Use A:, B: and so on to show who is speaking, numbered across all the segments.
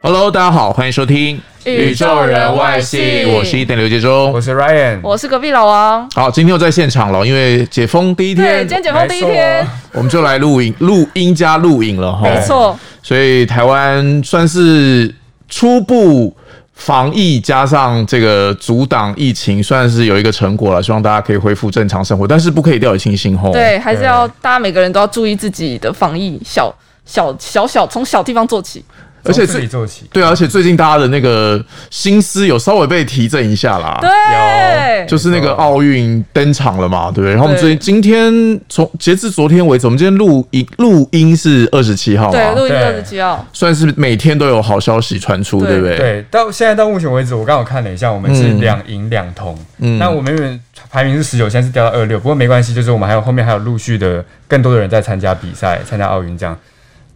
A: Hello，大家好，欢迎收听《
B: 宇宙人外星
A: 我是一点刘杰
C: 我
A: 忠。
C: 是 Ryan，
B: 我是隔壁老王。
A: 好，今天又在现场了，因为解封第一
B: 对，
A: 天
B: 今，天解封第一天，
A: 我们就来录影、录音加录影了哈。
B: 没，错，
A: 所以台湾算是初步防疫加上这个阻挡疫情，算是有一个成果了。希望大家可以恢复正常生活，但是不可以掉以轻心吼。
B: 对，还是要大家每个人都要注意自己的防疫，小小小小从小地方做起。
A: 而且
C: 从自
A: 最
C: 己做起，
A: 对啊，而且最近大家的那个心思有稍微被提振一下啦。
B: 对，
A: 就是那个奥运登场了嘛，对不对？然后我们
B: 嗯对
A: 最今天从截至昨天为止，我们今天录音录音是二十七号
B: 对，
A: 嘛，
B: 录音
C: 对
B: 六十七号，
A: 算是每天都有好消息传出，
B: 对
A: 对不对？
C: 对，到现在到目前为止，我刚好看了一下，我们是
A: 嗯
C: 两赢两铜。
A: 嗯
C: 那我们原本排名是十九，现在是掉到二六，不过没关系，就是我们还有后面还有陆续的更多的人在参加比赛，参加奥运这样。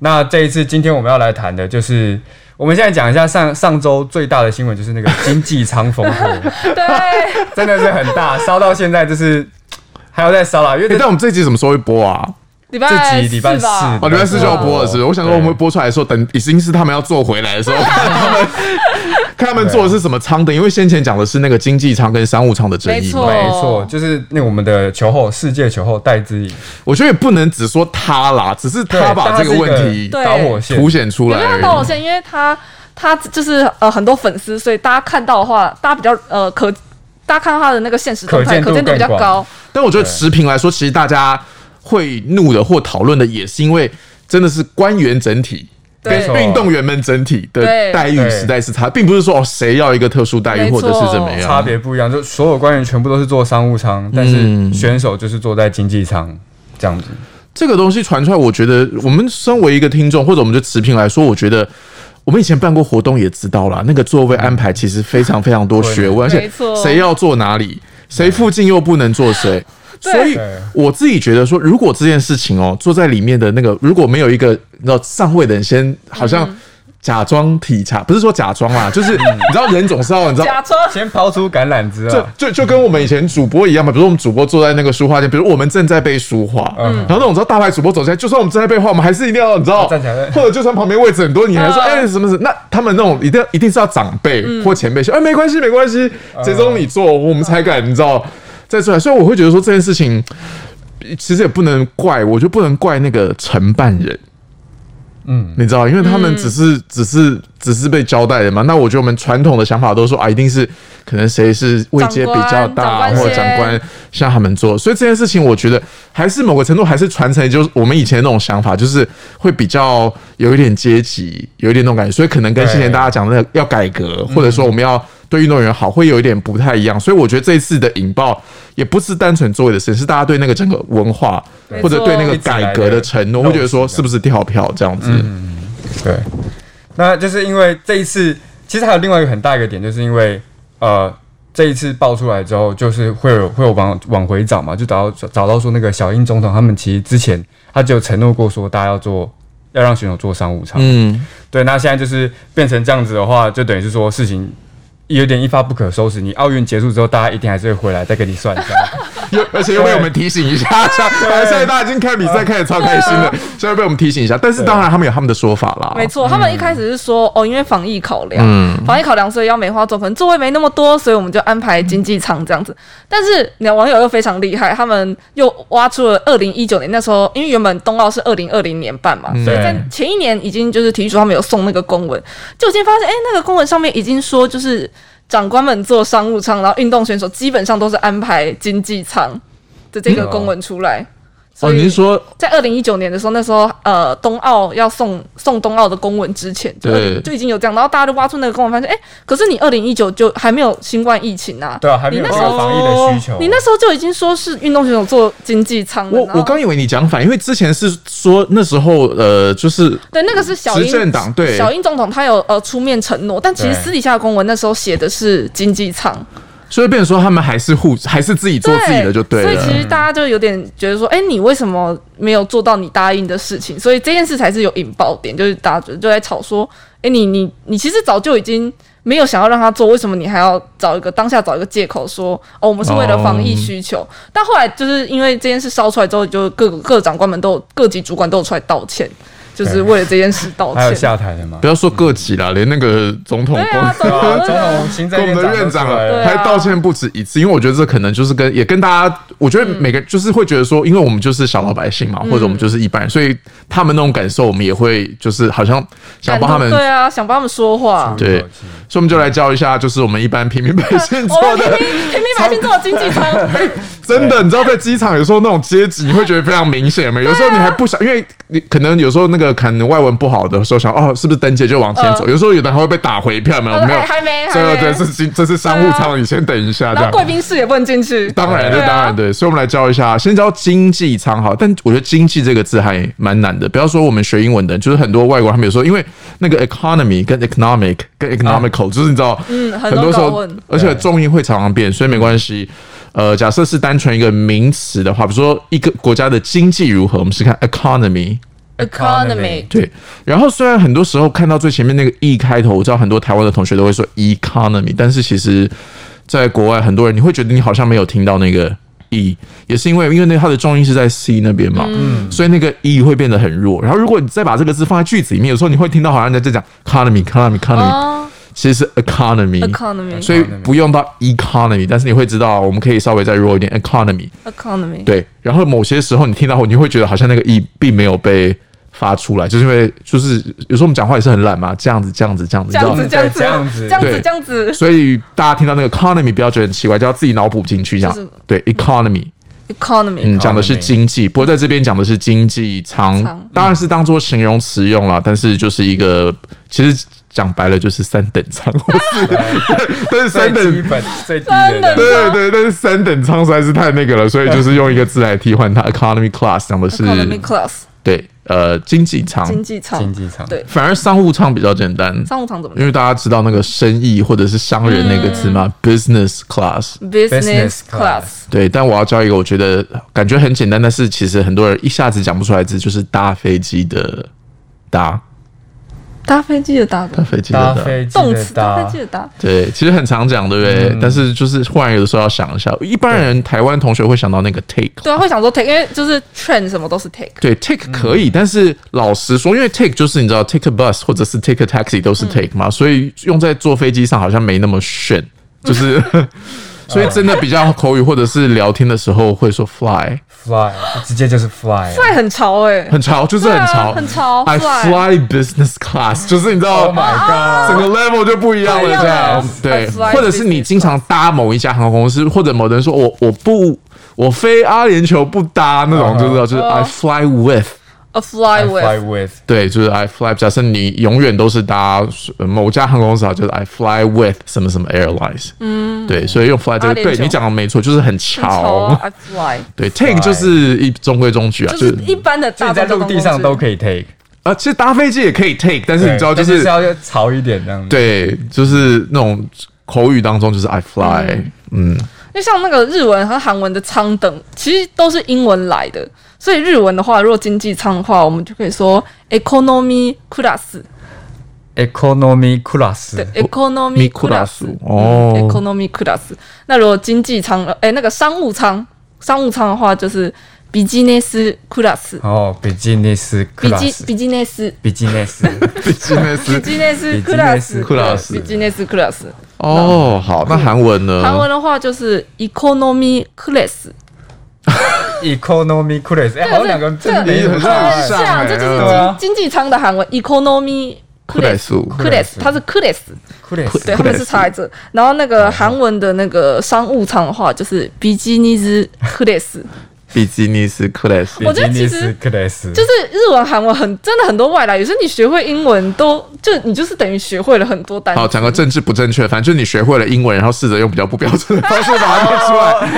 C: 那这一次今天我们要来谈的就是，我们现在讲一下上上周最大的新闻，就是那个经济舱风波，
B: 对，
C: 真的是很大，烧到现在就是还要再烧啦，因为
A: 诶但我们这集什么时候会播啊？
B: 礼
C: 这
B: 拜
C: 集礼拜
B: 四
C: 四
B: 吧。
A: 哦，礼拜四就要播了，是不是？我想说，我们播出来的时候，等已经是他们要坐回来的时 候，看他们看他们坐的是什么舱的，因为先前讲的是那个经济舱跟商务舱的争
B: 没
A: 议
B: 错
A: 嘛。
C: 没错，就是那个我们的球后世界球后戴资颖，
A: 我觉得也不能只说他啦，只是他把这个问题
B: 对
C: 导火线
A: 凸显
B: 有
A: 出来
B: 没有
A: 而
B: 看
A: 已。
B: 到我现在？因为他他就是呃很多粉丝，所以大家看到的话，大家比较呃可大家看到他的那个现实动态
C: 可见
B: 可见
C: 度
B: 度
C: 更
B: 比较
C: 广
B: 高。
A: 但我觉得持平来说，其实大家会怒的或讨论的，也是因为真的是官员整体。跟
B: 对
C: 没错
A: 运动员们整体的
B: 对
A: 待遇
C: 对
A: 实在是差，并不是说哦谁要一个特殊待遇
B: 没
A: 或
B: 错
A: 者是怎么样，
C: 差别不一样，就所有官员全部都是坐商务舱，但是
A: 嗯
C: 选手就是坐在经济舱这样子。
A: 这个东西传出来，我觉得我们身为一个听众，或者我们就持平来说，我觉得我们以前办过活动也知道啦，那个座位安排其实非常非常多学问，而
B: 对
A: 且
B: 没错
A: 谁要坐哪里，谁附近又不能坐谁。
B: 对
A: 所以
C: 对
A: 我自己觉得说，如果这件事情哦，坐在里面的那个如果没有一个你知道上位的人先好像
B: 嗯
A: 假装体察，不是说假装啦，就是你知道人总是要你知道
B: 假装
C: 先抛出橄榄枝
A: 就
C: 啊，
A: 就就跟我们以前主播一样嘛，比如说我们主播坐在那个书画店，比如我们正在背书画，
C: 嗯
A: 然后那种知道大牌主播走下来，就算我们正在背画，我们还是一定要你知道
C: 站起来
A: 或者就算旁边位置很多，你还说
B: 嗯
A: 哎、什么什么，那他们那种一定要一定是要长辈或前辈说哎、没关系没关系，谁中你坐我们才敢你知道再出来，所以我会觉得说这件事情。其实也不能怪，我就不能怪那个承办人，
C: 嗯，
A: 你知道，因为他们只是、
B: 嗯
A: 只是只是被交代的嘛。那我觉得我们传统的想法都说啊，一定是可能谁是位阶比较
B: 长
A: 大
B: 官
A: 或者长
B: 长官
A: 官让他们做，所以这件事情我觉得还是某个程度还是传承，就是我们以前那种想法，就是会比较有一点阶级，有一点那种感觉，所以可能跟
C: 对
A: 先前大家讲的那个要改革，或者说我们要。对运动员好会有一点不太一样，所以我觉得这一次的引爆也不是单纯座位的事，是大家对那个整个文化
B: 没
A: 或者对那个
C: 错
A: 改革的嗯承诺，会觉得说是不是跳票这样子。
C: 对。那就是因为这一次，其实还有另外一个很大一个点，就是因为呃，这一次爆出来之后，就是会有会有往往回找嘛，就找到找到说那个小英总统他们其实之前他就有承诺过说，大家要做要让选手做商务舱。
A: 嗯，
C: 对，那现在就是变成这样子的话，就等于是说事情有点一发不可收拾。你奥运结束之后，大家一定还是会回来再跟你 算账。
A: 又而且又被我们提醒 一下，像本来现在大家已经看比赛看得超开心了，现在被我们提醒一下。但是当然他们有他们的说法啦，
B: 没错，他们一开始是说哦，因为防疫考量，
A: 嗯
B: 防疫考量，所以要梅花座，可能座位没那么多，所以我们就安排经济舱这样子。但是你的网友又非常厉害，他们又挖出了二零一九年那时候，因为原本冬奥是二零二零年办嘛，
A: 嗯
B: 所以在
C: 对
B: 前一年已经就是体育署他们有送那个公文，就已经发现，哎、那个公文上面已经说就是。长官们坐商务舱，然后运动选手基本上都是安排经济舱的这个
C: 嗯
B: 公文出来，
A: 哦，
B: 所
A: 您
B: 以
A: 说
B: 在二零一九年的时候，那时候呃，冬奥要送送冬奥的公文之前，就
A: 对
B: 就已经有这样，然后大家就挖出那个公文，发现哎、诶可是你二零一九就还没有新冠疫情啊，
C: 对啊，还没有
B: 你
C: 这
B: 那
C: 个
B: 时候
C: 防疫的需求。啊
B: 你那时候就已经说是运动选手做经济舱了，
A: 我
B: 然后
A: 我刚以为你讲反，因为之前是说那时候呃，就是
B: 对那个是小英
A: 执政党对
B: 小英总统他有呃出面承诺，但其实
C: 对
B: 私底下的公文那时候写的是经济舱，
A: 所以变成说他们还是互还是自己做自己的就对
B: 所以其
A: 了。
B: 实大家就有点觉得说，哎、你为什么没有做到你答应的事情？所以这件事才是有引爆点，就是大家就就在吵说，哎、你你你其实早就已经没有想要让他做，为什么你还要找一个当下找一个借口说，哦，我们是为了防疫需求？但后来就是因为这件事烧出来之后，就各个各个长官们都有各级主管都有出来道歉，就是为了这件事道
C: 还有
B: 歉。
C: 下台的吗
A: 不？要说各级啦，连那个总统
B: 对
A: 公
B: 啊，总
C: 对啊，
B: 统
C: 总统行
A: 跟
C: 政
A: 我们的院
C: 院
A: 长
C: 都出来了
B: 对
A: 还
B: 啊
A: 道歉不止一次，因为我觉得这可能就是跟也跟大家，我觉得
B: 嗯
A: 每个就是会觉得说，因为我们就是小老百姓嘛，或者我们就是一般人，所以他们那种感受，我们也会就是好像想帮他们，
B: 对啊，想帮他们说话。
A: 对
C: 出一口气
A: 所以我们就来教一下，就是我们一般平民百姓
B: 我们
A: 做
B: 平
A: 的
B: 民，平民百姓做的经济舱，
A: 真的，你知道在机场有时候那种阶级，你会觉得非常明显
B: 啊
A: 有没有？有时候你还不想，因为你可能有时候那个可能外文不好的时候想，哦，是不是登阶就往前走？有时候有的还会被打回票，有没有？
B: 呃
A: 没有
B: 哦还，还没，还
A: 这
B: 没。
A: 这是这是商务舱，你先等一下，
B: 然
A: 这
B: 后
A: 样。
B: 贵宾室也不能进去。
A: 啊当然，这
B: 对啊
A: 当然对，所以我们来教一下，先教经济舱好，但我觉得经济这个字还蛮难的。不要说我们学英文的，就是很多外国人他们有时候因为那个 economy 跟 economic 跟 economical，、就是你知道，
B: 嗯
A: 很
B: 很多
A: 时
B: 搞
A: 候
B: 混，
A: 而且重音会常常变，所以没关系。呃，假设是单纯一个名词的话，比如说一个国家的经济如何，我们是看 economy，
B: Economy
A: 对，然后虽然很多时候看到最前面那个 e 开头，我知道很多台湾的同学都会说 economy，但是其实在国外很多人你会觉得你好像没有听到那个 e，也是因为因为那它的重音是在 c 那边嘛，所以那个 e 会变得很弱。然后如果你再把这个字放在句子里面，有时候你会听到好像人家在讲 economy economy economy，、
B: 哦
A: 其实是 economy。
B: ，Economy
A: 嗯所以不用到 economy，但是你会知道，我们可以稍微再弱一点 economy。
B: Economy
A: 对，然后某些时候你听到后，你会觉得好像那个 e 并没有被发出来，就是因为就是有时候我们讲话也是很懒嘛，这样子这样子这样子，
B: 这样子
A: 你知
B: 这样子
C: 这样子
B: 这样
A: 对
B: 子这样子
A: 道。所以大家听到那个 economy 不要觉得很奇怪，就要自己脑补进去这样。
B: 就是
A: 对 economy，嗯，
B: Economy
A: 讲的是经济，不过在这边讲的是经济舱
B: 舱，
A: 当然是当做形容词用了，但是就是一个其实讲白了就是三等舱， 或是但是
C: 最
A: 三等
C: 基本最低
B: 真的
C: 的
A: 对对，但是三等舱实在是太那个了，所以就是用一个字来替换它。Economy class 讲的是
B: Economy Class
A: 对呃经济舱，
B: 经济舱
C: 经济舱，
B: 对
A: 反而商务舱比较简单，
B: 商务嗯舱怎么
A: 因为大家知道那个生意或者是商人那个字嘛、b u s i n e s s class。
B: Business
C: Business class
B: Class
A: 对，但我要教一个，我觉得感觉很简单，但是其实很多人一下子讲不出来的字，就是搭飞机的搭，
B: 搭飞机的搭
A: 搭飞机
C: 搭
A: 的搭。
C: 飞机嗯
B: 动
C: 的
B: 词搭
C: 搭
B: 飞机，的搭
A: 对，其实很常讲，对不对？但是就是忽然有的时候要想一下，一般人台湾同学会想到那个 take，
B: 对啊，会想说 take，因为就是 train 什么都是 take。
A: 对，take 可以，但是老实说，因为 take 就是你知道 take a bus 或者是 take a taxi 都
B: 嗯
A: 是 take 嘛，所以用在坐飞机上好像没那 么炫，就是， 所以真的比较口语或者是聊天的时候会说 fly，
C: fly，直接就是 fly。
B: fly 很潮哎，
A: 很潮，就是很
B: 对
A: 潮，
B: 啊很潮
A: I
B: fly
A: fly business class，就是你知道
C: Oh my
A: 整个 level 就不一样了，
B: 不一样
A: 这样
B: 了
A: 对
B: I，fly
A: 或者是你经常搭某一家航空公司，或者某的人说我我不我飞阿联酋不搭那
B: Uh-huh
A: 种，就知道就是 I fly with。
B: a
C: god，I
B: fly
C: fly
B: with
C: with
A: 对，就是 I fly。假设你永远都是搭呃某家航空公司啊，就是 I fly with 什么什么 airlines。嗯，对，所以用 fly 这
B: 阿
A: 个，
B: 联
A: 对
B: 酋
A: 你讲的没错，就是很
B: 很潮
A: 潮
B: 啊。，I fly
A: 对，take
C: Fly
A: 就是一中规中矩啊，
B: 就
A: 就是
B: 是一般的
C: 所以
B: 大
C: 你在
B: 众交
C: 陆
B: 通
C: 地上
B: 工
C: 都
B: 具
C: 可以 take，
A: 啊，其实搭飞机也可以 take，但是你知道
C: 但
A: 就是
C: 是要潮一点这样子。
A: 对，就是那种口语当中就是 I fly，嗯，
B: 因为像那个日文和韩文的舱等，其实都是英文来的，所以日文的话，如果经济舱的话，我们就可以说 economy class，
C: ，economy class，
B: 对
A: 米
B: ，economy
A: 库达苏
B: class，economy
A: 哦，
B: class。那如果经济舱，哎、那个商务舱，商务舱的话就是 business class，
C: 然后 business
B: 比基
C: 哦 class。
B: business。
C: business
A: 真的是
B: business
C: Business
A: class
B: class，business class。
A: 哦，好，那韩文 呢？
B: 韩文的话就是 economy class，
C: economy class，哎，好像两个人真的
B: 这
C: 没什么
A: 个这个
C: 差
B: 很
C: 哎
A: 像
B: 像，
A: 欸
B: 这就
C: 对啊
B: 是经经济舱的韩文 economy
A: 库达苏
B: class，它是 class，
C: class，
B: 对，他们是差在这。然后那个韩文的那个商务舱的话，就是 business class，
D: 比基尼斯 class，
B: 我觉得
C: 比基尼
B: 其实
C: 斯 class
B: 就是日文、韩文很真的很多外来语，所以你学会英文都就你就是等于学会了很多单词。
A: 好，讲个政治不正确，反正就是你学会了英文，然后试着用比较不标准的方式把它念出来。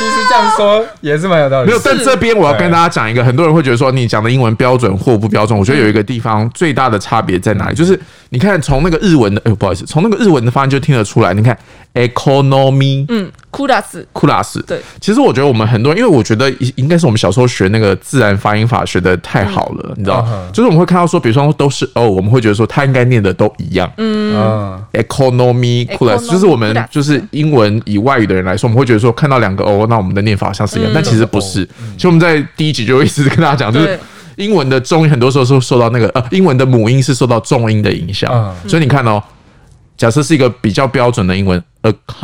C: 其实这样说也是蛮有道理的。
A: 没有，但这边我要跟大家讲一个，很多人会觉得说你讲的英文标准或不标准，我觉得有一个地方最大的差别在哪里，就是你看从那个日文的，哎呦，不好意思，从那个日文的发音就听得出来，你看
C: 嗯
A: economy
B: 嗯，库拉斯
A: class，
B: 对，
A: 其实我觉得我们很多人，因为我觉得应该是我们小时候学那个自然发音法学的太好了，你知道
C: 嗯哼，
A: 就是我们会看到说，比如说都是 o，我们会觉得说它应该念的都一样，
C: 嗯，
A: economy class，
B: Economy
A: 就是我们
B: class
A: 就是英文以外语的人来说，我们会觉得说看到两个 o，那我们的念法好像是一
B: 嗯
A: 样，但其实不是。其实我们在第一集就一直跟大家讲，就是
B: 对
A: 英文的重音很多时候是受到那个呃，英文的母音是受到重音的影响，
C: 嗯
A: 所以你看哦，假设是一个比较标准的英文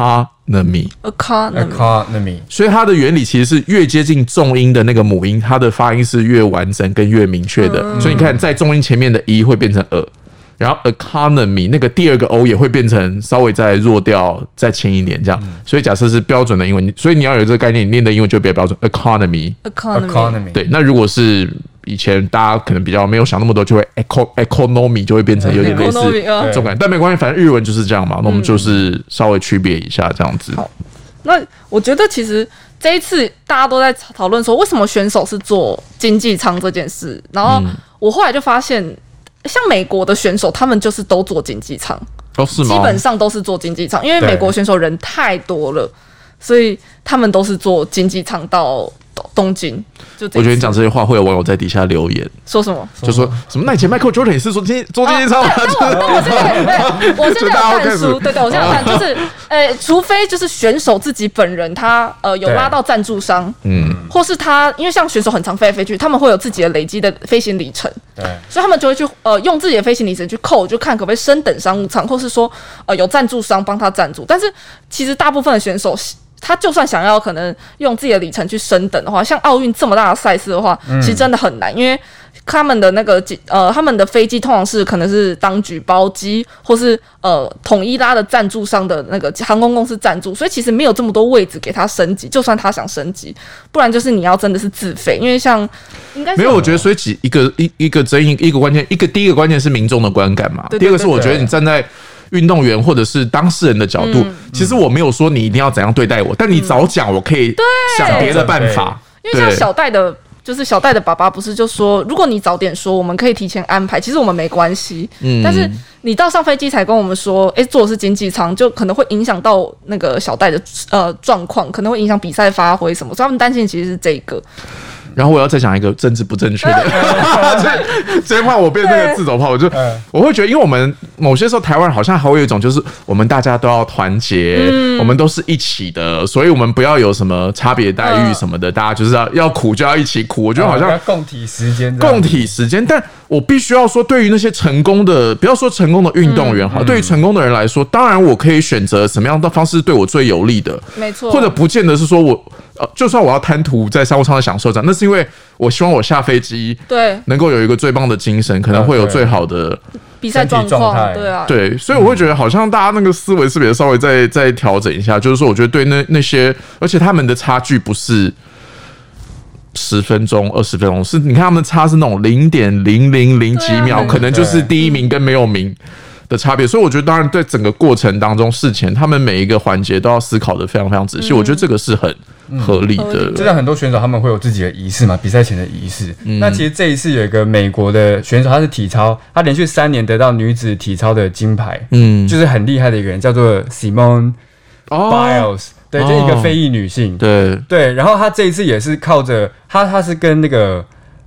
A: economy，
B: economy。
C: economy
A: 所以它的原理其实是越接近重音的那个母音，它的发音是越完整跟越明确的。
B: 嗯
A: 所以你看，在重音前面的 e 会变成 e，然后 economy 那个第二个 o 也会变成稍微再弱掉，再轻一点这
B: 嗯
A: 样。所以假设是标准的英文，所以你要有这个概念，你念的英文就比较标准 economy。
B: economy
C: economy
A: 对，那如果是以前大家可能比较没有想那么多，就会 eco economy 就会变成有点类似
B: economy 嗯啊
A: 这种感觉，但没关系，反正日文就是这样嘛。那我们就是稍微区别一下这样子。
B: 那我觉得其实这一次大家都在讨论说，为什么选手是做经济舱这件事。然后
A: 嗯
B: 我后来就发现，像美国的选手，他们就是都做经济舱，
A: 哦，是吗？
B: 基本上都是做经济舱，因为
C: 对
B: 美国选手人太多了，所以他们都是做经济舱到东东京。就这一次
A: 我觉得你讲这些话会有网友在底下留言，
B: 说什么？啊
A: 就说什么那以前 Michael Jordan 也是说今天做这些操吗？
B: 但我但我现在对，我现在有看书，对对，我现在有看，就是呃，除非就是选手自己本人他呃有
C: 对
B: 拉到赞助商，
A: 嗯，
B: 或是他因为像选手很常飞来飞去，他们会有自己的累积的飞行里程，
C: 对
B: 所以他们就会去呃用自己的飞行里程去扣，就看可不可以升等商务舱，或是说呃有赞助商帮他赞助。但是其实大部分的选手。他就算想要可能用自己的里程去升等的话，像奥运这么大的赛事的话，
A: 嗯
B: 其实真的很难，因为他们的那个机呃，他们的飞机通常是可能是当局包机，或是呃统一拉的赞助商的那个航空公司赞助，所以其实没有这么多位置给他升级，就算他想升级，不然就是你要真的是自费，因为像应该是
A: 没有，我觉得所以几一个一一个争议，一个关键，一个第一个关键是民众的观感嘛，
B: 对对
A: 第二个是
B: 对嗯
A: 我觉得你站在。运动员或者是当事人的角度，其实我没有说你一定要怎样对待我，但你早讲，我可以想别的办法。
B: 因为像
A: 对
B: 小戴的，就是小戴的爸爸不是就说，如果你早点说，我们可以提前安排，其实我们没关系。
A: 嗯
B: 但是你到上飞机才跟我们说，诶，坐的是经济舱，就可能会影响到那个小戴的呃状况，可能会影响比赛发挥什么。所以他们担心的其实是这个。
A: 然后我要再讲一个政治不正确的， 这这一话我变那个自走炮，我就
C: 嗯
A: 我会觉得，因为我们某些时候台湾好像还会有一种，就是我们大家都要团结，我们都是一起的，所以我们不要有什么差别待遇什么的，大家就是要要苦就要一起苦。我觉得好像
C: 要共体时间，
A: 共体时间，但我必须要说，对于那些成功的，不要说成功的运动员好，对于成功的人来说，当然我可以选择什么样的方式是对我最有利的，
B: 没错
A: 或者不见得是说我呃，就算我要贪图在商务舱的享受这样，那是因为我希望我下飞机
B: 对
A: 能够有一个最棒的精神，可能会有
C: 嗯对
A: 最好的
B: 比赛状
C: 身体状
B: 况，
C: 态
B: 对啊，
A: 对，嗯所以我会觉得好像大家那个思维是不是也稍微再再调整一下？就是说，我觉得对那那些，而且他们的差距不是十分钟、二十分钟，是你看他们差是那种零点零零零几秒，
B: 对啊
A: 可能就是第一名跟没有名。的差别，所以我觉得，当然，在整个过程当中，事前他们每一个环节都要思考的非常非常仔细。我觉得这个是很合理
B: 合理
A: 的
C: 就。像很多选手他们会有自己的仪式嘛，比赛前的仪式。
A: 嗯
C: 那其实这一次有一个美国的选手，他是体操，他连续三年得到女子体操的金牌，
A: 嗯，
C: 就是很厉害的一个人，叫做 Simone
A: 哦，
C: Biles，、对，就是一个
A: 哦
C: 非裔女性。
A: 对，
C: 对，然后他这一次也是靠着他，他是跟那个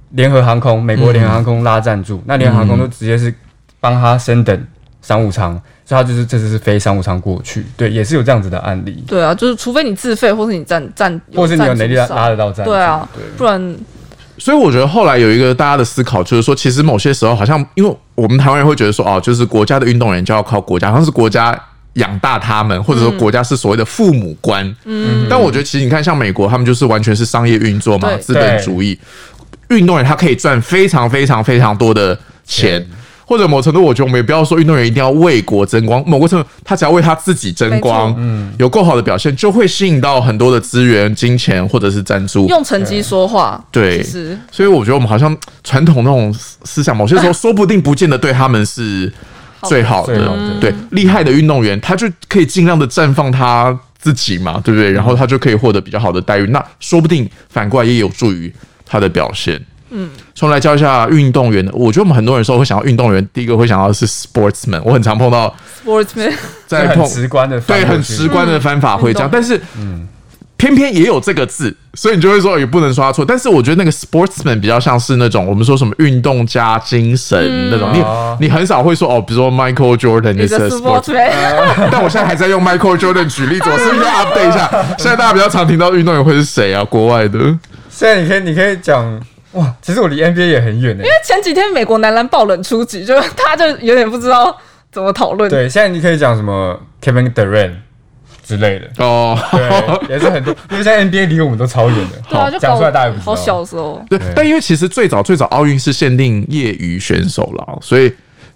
C: 联合航空，美国联合航
A: 嗯
C: 空拉赞助，那联合航空就直接是帮他升等商务舱，所以他就是这次是飞商务舱过去，对，也是有这样子的案例，
B: 对啊，就是除非你自费，或是你占占，
C: 或是你有能力拉
B: 赞助商
C: 拉得到赞助，
B: 对啊，不然
A: 所以我觉得后来有一个大家的思考，就是说，其实某些时候好像，因为我们台湾人会觉得说，哦，就是国家的运动员就要靠国家，好像是国家养大他们，或者说国家是所谓的父母官。嗯，但我觉得其实你看，像美国，他们就是完全是商业运作嘛，
B: 对
A: 资本主义，运动员他可以赚非常非常非常多的钱。或者某程度，我觉得我们也不要说运动员一定要为国争光，某个程度他只要为他自己争光
B: 没，
A: 嗯，有够好的表现，就会吸引到很多的资源、金钱或者是赞助。
B: 用成绩说话，
A: 对
B: 其实
A: 所以我觉得我们好像传统那种思思想，某些时 候说不定不见得对他们是最好的。嗯
C: 最好的
A: 对，厉害的运动员，他就可以尽量的绽放他自己嘛，对不对？然后他就可以获得比较好的待遇，那说不定反过来也有助于他的表现。嗯，所以我们来教一下运动员的。我觉得我们很多人说会想要运动员，第一个会想到的是 sportsman。我很常碰到
B: sportsman
C: 这
A: 在
C: 很
A: 碰
C: 直观的，
A: 对，很直。观的翻法会这样，
B: 嗯
A: 但是偏偏也有这个字，所以你就会说也不能说他错。但是我觉得那个 sportsman 比较像是那种我们说什么运动家精神
B: 嗯
A: 那种，
C: 哦
A: 你你很少会说哦，比如说 Michael Jordan
B: 你
A: is a
B: 的
A: sports，
B: sportsman，
A: 但我现在还在用 Michael Jordan 举例子，我是不 是要 update 一下？现在大家比较常听到运动员会是谁啊？国外的，
C: 现在你可以你可以讲哇，其实我离 NBA 也很远呢。
B: 前几天美国男篮爆冷出局，就他就有点不知道怎么讨论。
C: 对，现在你可以讲什么 Kevin Durant 之类的。
A: 哦，
C: 对， 也是很多，因为现在 NBA 离我们都超远的。
B: 对啊，就
C: 讲
B: 搞
C: 出来大家也不知道。
B: 好小的时候，
A: 对， 但因为其实最早最早奥运是限定业余选手了，所以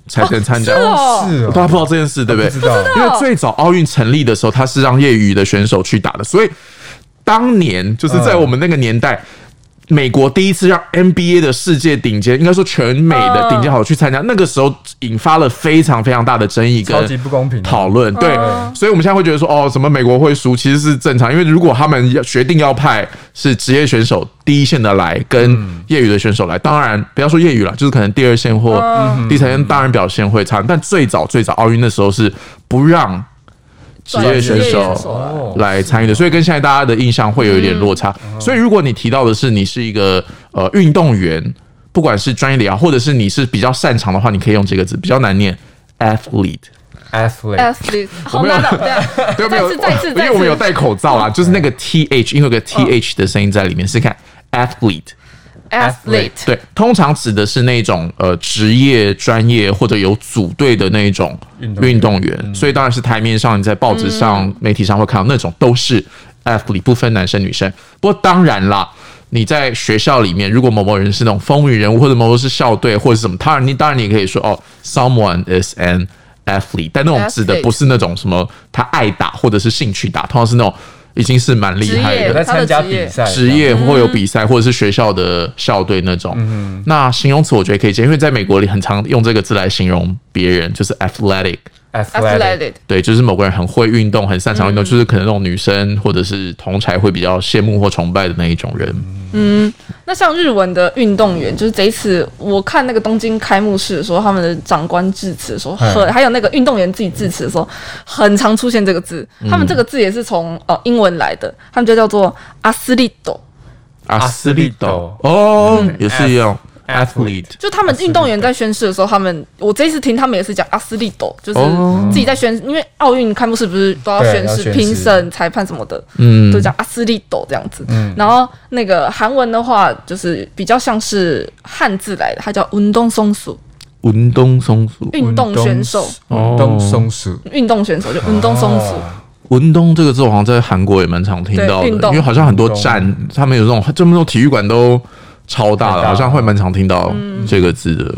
A: 才能参加。
B: 是哦
C: 是哦，
A: 大家不知道这件事，对不对？
C: 不知道
A: 因为最早奥运成立的时候，它是让业余的选手去打的，所以当年就是在我们那个年代。美国第一次让 NBA 的世界顶尖，应该说全美的顶尖好手去参加，那个时候引发了非常非常大的争议跟
C: 超级不公平的。
A: 讨论。对
B: 嗯，
A: 所以我们现在会觉得说，哦，什么美国会输，其实是正常，因为如果他们要决定要派是职业选手第一线的来，跟
C: 嗯
A: 业余的选手来，当然不要说业余了，就是可能第二线或
C: 嗯
A: 第三线，当然表现会差。但最早最早奥运的时候是不让职业
B: 专
A: 选
B: 业选
A: 手
B: 手
C: 哦，
A: 来参与的，所以跟现在大家的印象会有一点落差。
B: 嗯
A: 所以如果你提到的是你是一个呃运动员，不管是专业的啊，或者是你是比较擅长的话，你可以用这个字，比较难念 athlete。
B: 啊
A: 哎
C: athlete
B: 哎 athlete 好难啊，对啊，
A: 对，没有，哦
B: 再次再次
A: 因
B: 再
A: 为
B: 次嗯
A: 我们有戴口罩啦，就是那个 t h，因为有个 t h 的声音在里面，是看 athlete。
B: athlete
A: 对，通常指的是那种呃职业、专业或者有组队的那种
C: 运动员嗯
A: 运动员，所以当然是台面上你在报纸上、媒体上会看到那种都是 athlete，不分男生女生。不过当然啦。你在学校里面，如果某某人是那种风云人物，或者某某是校队，或者是什么，当然你当然你也可以说哦，someone is an athlete，但那种指的
B: Athlete
A: 不是那种什么他爱打或者是兴趣打，通常是那种已经是蛮厉害
B: 职
A: 的
B: 业
C: 有在参加比赛，
A: 职业或
B: 嗯
A: 有比赛，或者是学校的校队那种。那形容词我觉得可以接，因为在美国里很常用这个字来形容别人，就是 athletic。
C: athlete
B: athlete
A: 对，就是某个人很会运动，很擅长运动，就是可能那种女生或者是同才会比较羡慕或崇拜的那一种人。
B: 那像日文的运动员，就是这一次我看那个东京开幕式的时候，他们的长官致辞的时候，
C: 嗯
B: 很还有那个运动员自己致辞的时候，很常出现这个字。他
C: 嗯
B: 们这个字也是从呃英文来的，他们就叫做 athlete，
A: 阿斯利
C: Athlete
A: 斗哦，也是一样
C: Ath-
A: athlete。
B: 就他们运动员在宣誓的时候，他们我这一次听他们也是讲 athlete，就是
A: 哦
B: 自己在宣，因为奥运开幕式不是都要
C: 对
B: 宣
C: 要
B: 誓、
C: 宣誓
B: 评审、裁判什么的，
A: 嗯
B: 就讲阿斯利斗这样子。然后那个韩文的话，就是比较像是汉字来的，它叫运动松鼠，
A: 文东松鼠，
B: 运动选手，
C: 运
A: 哦
C: 动松鼠，
B: 运动选手就运动松鼠。
C: 哦
A: 文东这个字我好像在韩国也蛮常听到的，
B: 对运动
A: 因为好像很多站他们有这种，就那种体育馆都超大
C: 很
A: 的，
C: 大
A: 好像会蛮常听到
B: 嗯
A: 这个字的。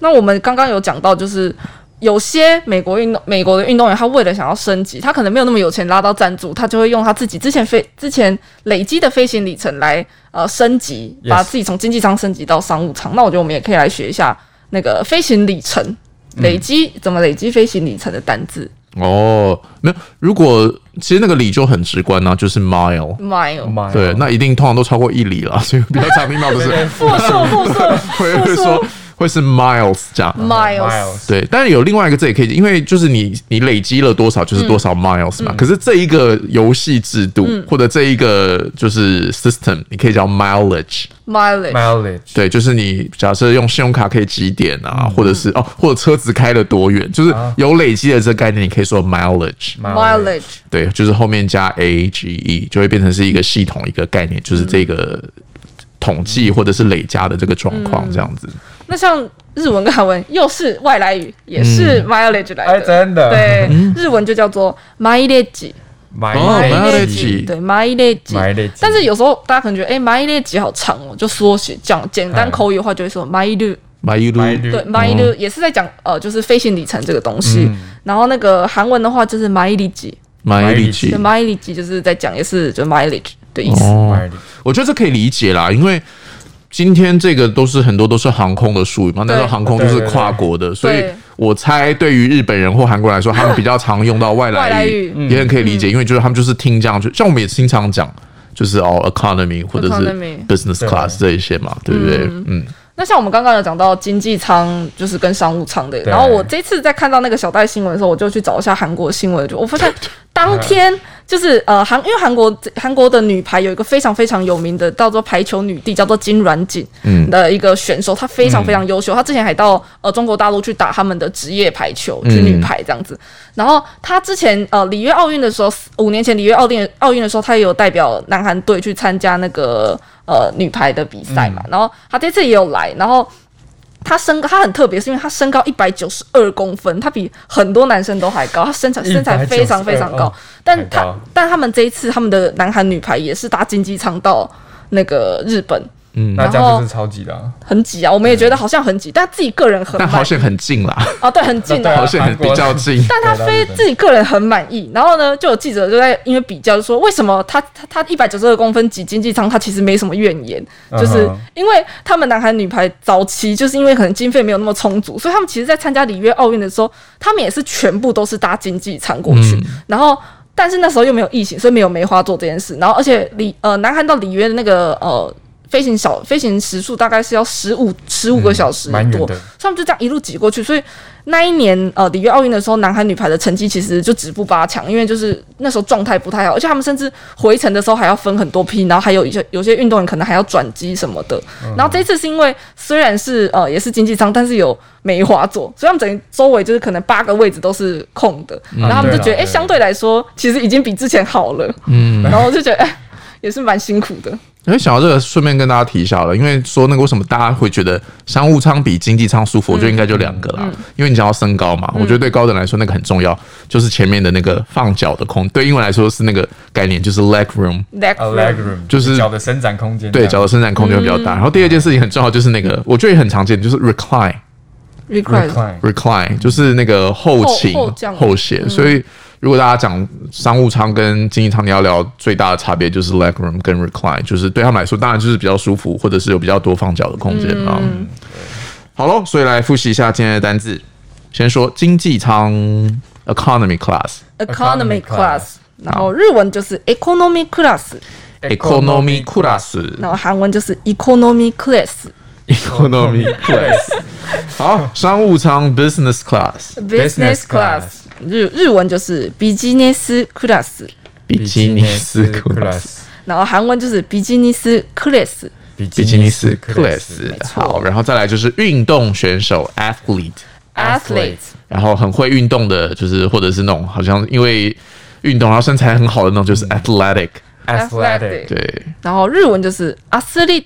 B: 那我们刚刚有讲到，就是有些美国运动美国的运动员，他为了想要升级，他可能没有那么有钱拉到赞助，他就会用他自己之前飞之前累积的飞行里程来呃升级，
C: Yes
B: 把自己从经济舱升级到商务舱。那我觉得我们也可以来学一下那个飞行里程。累积怎么累积飞行里程的单字
A: 哦，没有，如果其实那个里就很直观啊，就是 mile。
B: mile
C: 妈呀
A: 对，那一定通常都超过一里了，所以比较常听到的是
B: 复数复数
A: 会会说会是 miles 这样。
B: miles
C: miles
A: 对，但是有另外一个字也可以，因为就是你你累积了多少就是多少 miles 嘛。可是这一个游戏制度、或者这一个就是 system，你可以叫 mileage。
B: mileage
C: mileage
A: 对，就是你假设用信用卡可以几点啊，或者是哦，或者车子开了多远，就是有累积的这个概念，你可以说 mileage。
B: mileage
A: 对，就是后面加 a g e 就会变成是一个系统一个概念，就是这个统计或者是累加的这个状况
B: 嗯
A: 这样子。
B: 那像日文跟韩文又是外来语，也是 mileage 来
C: 哎，
B: 的。
C: 真的
B: 对，日文就叫做 mileage，
A: 哦
C: mileage
A: mileage
B: 对 mileage。
C: mileage，
B: 但是有时候大家可能觉得，哎、m i l e a g e 好长哦，就缩写，讲简单口语的话就会说 mile
A: 马伊路，
C: 白绿
B: 对，马伊鲁也是在讲呃，就是飞行里程这个东西。然后那个韩文的话就是马伊里吉，
A: 马伊里奇
B: 对，，马伊里吉就是在讲也是就 mileage 的意思。
A: 嗯哦
C: 白绿
A: 我觉得这可以理解啦，因为今天这个都是很多都是航空的术语嘛，那时候航空就是跨国的，所以我猜对于日本人或韩国人来说，他们比较常用到外
B: 外
A: 来
B: 来
A: 语
B: 语，嗯
A: 也很可以理解，因为就是他们就是听这样，就像我们也经常讲。就是哦，economy 或者是
B: Economy
A: business class 这一些嘛，对不对？嗯，
B: 那像我们刚刚有讲到经济舱就是跟商务舱的，
C: 对
B: 然后我这次在看到那个小戴新闻的时候，我就去找一下韩国新闻，就我发现当天就是呃韩，因为韩国韩国的女排有一个非常非常有名的叫做排球女帝，叫做金软锦的一个选手，她非常非常优秀，她之前还到呃中国大陆去打他们的职业排球，就是女排这样子。然后她之前呃里约奥运的时候，五年前里约奥运奥运的时候，她也有代表南韩队去参加那个呃女排的比赛嘛，然后她这次也有来，然后。她身高，她很特别，是因为她身高一百九十二公分，她比很多男生都还高，她身材身材非常非常高
C: 哦。
B: 但
C: 很
B: 他
C: 高
B: 但他们这一次他们的男韩女排也是搭经济舱到那个日本，
A: 嗯
C: 那这样就是超级的啊，
B: 很挤啊，我们也觉得好像很挤，但自己个人很
A: 但
B: 满
A: 好险很近啦，
B: 啊，对，很近
C: 对
B: 啊
C: 啊。
A: 好险很
C: 韩国啊
A: 比较近。
B: 但他非自己个人很满意，然后呢，就有记者就在因为比较就说，为什么他他他一百九十二公分挤经济舱，他其实没什么怨言，
C: 嗯哼
B: 就是因为他们男孩女排早期就是因为可能经费没有那么充足，所以他们其实在参加里约奥运的时候，他们也是全部都是搭经济舱过去，
C: 嗯
B: 然后。但是那时候又没有疫情，所以没有梅花做这件事。然后，而且里呃，南韩到里约的那个呃飞行小飞行时速大概是要十五十五
C: 嗯
B: 个小时
C: 蛮远
B: 多，
C: 的
B: 所以他们就这样一路挤过去。所以那一年呃里约奥运的时候，南韩女排的成绩其实就止步八强，因为就是那时候状态不太好，而且他们甚至回程的时候还要分很多批，然后还有一些有些运动员可能还要转机什么的。
C: 嗯
B: 然后这一次是因为虽然是呃也是经济舱，但是有梅花座，所以他们等于周围就是可能八个位置都是空的，然后他们就觉得
C: 嗯对啦啊
B: 哎、诶
C: 对
B: 相对来说其实已经比之前好了，嗯，然后我就觉得哎、也是蛮辛苦的。
A: 因为想到这个，顺便跟大家提一下了，因为说那个为什么大家会觉得商务舱比经济舱舒服，我觉得应该就两个啦。因为你讲到身高嘛，我觉得对高人来说那个很重要，就是前面的那个放脚的空，对英文来说是那个概念，就是 leg room，
C: a
B: Leg room
C: leg room
A: 嗯就是
C: 脚的伸展空间，
A: 对脚的伸展空间会比较大。然后第二件事情很重要，就是那个我觉得也很常见，就是 recline。
B: recline
C: recline，
A: recline 就是那个后倾
B: 后后嗯降
A: 后斜，所以如果大家讲商务舱跟经济舱，你要聊最大的差别就是 leg room 跟 recline，就是对他们来说当然就是比较舒服，或者是有比较多放脚的空间嘛。
B: 嗯
A: 好喽，所以来复习一下今天的单字，先说经济舱 economy class。
C: Economy
B: economy class
C: class。
B: 然后日文就是 economy class，
A: Economy class，
B: 然后韩文就是 economy class。
A: economy class，好，商务舱 business class，
B: business
C: Business
B: class
C: class
B: 日日文就是 business class，
A: 比基尼斯 class，
C: class，
B: 然后韩文就是 business class。
C: 比
A: 比基尼斯
C: class，
A: class，好，然后再来就是运动选手 athlete，
B: athlete
C: Athlete
A: 然后很会运动的，就是或者是那种好像因为运动然后身材很好的那种，就是 athletic，
C: athletic，
A: 对，
B: 然后日文就是 athlete，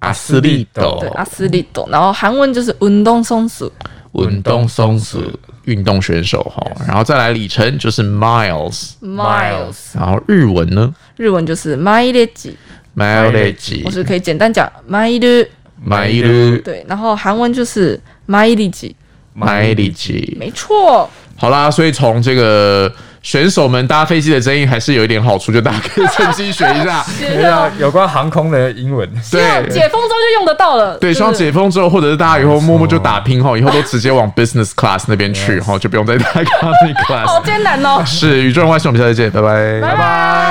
A: 阿斯利斗
C: 哦
B: 对 athlete，然后韩文就是运动선수，
A: 运动松鼠运动选手哈，然后再来里程就是 miles，
B: miles，
A: 然后日文呢
B: 日文就是 mileage，我
A: mileage
B: 是可以简单讲 mile，
A: mile
B: 对，然后韩文就是 mileage，
A: mileage，
B: 没错。
A: 好啦，所以从这个。选手们搭飞机的争议还是有一点好处，就大家可以 趁机学一下。
C: 对啊，有关航空的英文，
A: 对，
B: 解封之后就用得到了。
A: 对，
B: 就是
A: 希望解封之后，或者是大家以后默默就打拼哈，以后都直接往 business class 那边去哈，就不用再打 economy
B: 好
A: class。
B: 艰难哦。
A: 是宇宙人外星，我们下次见，拜拜。
B: 拜拜。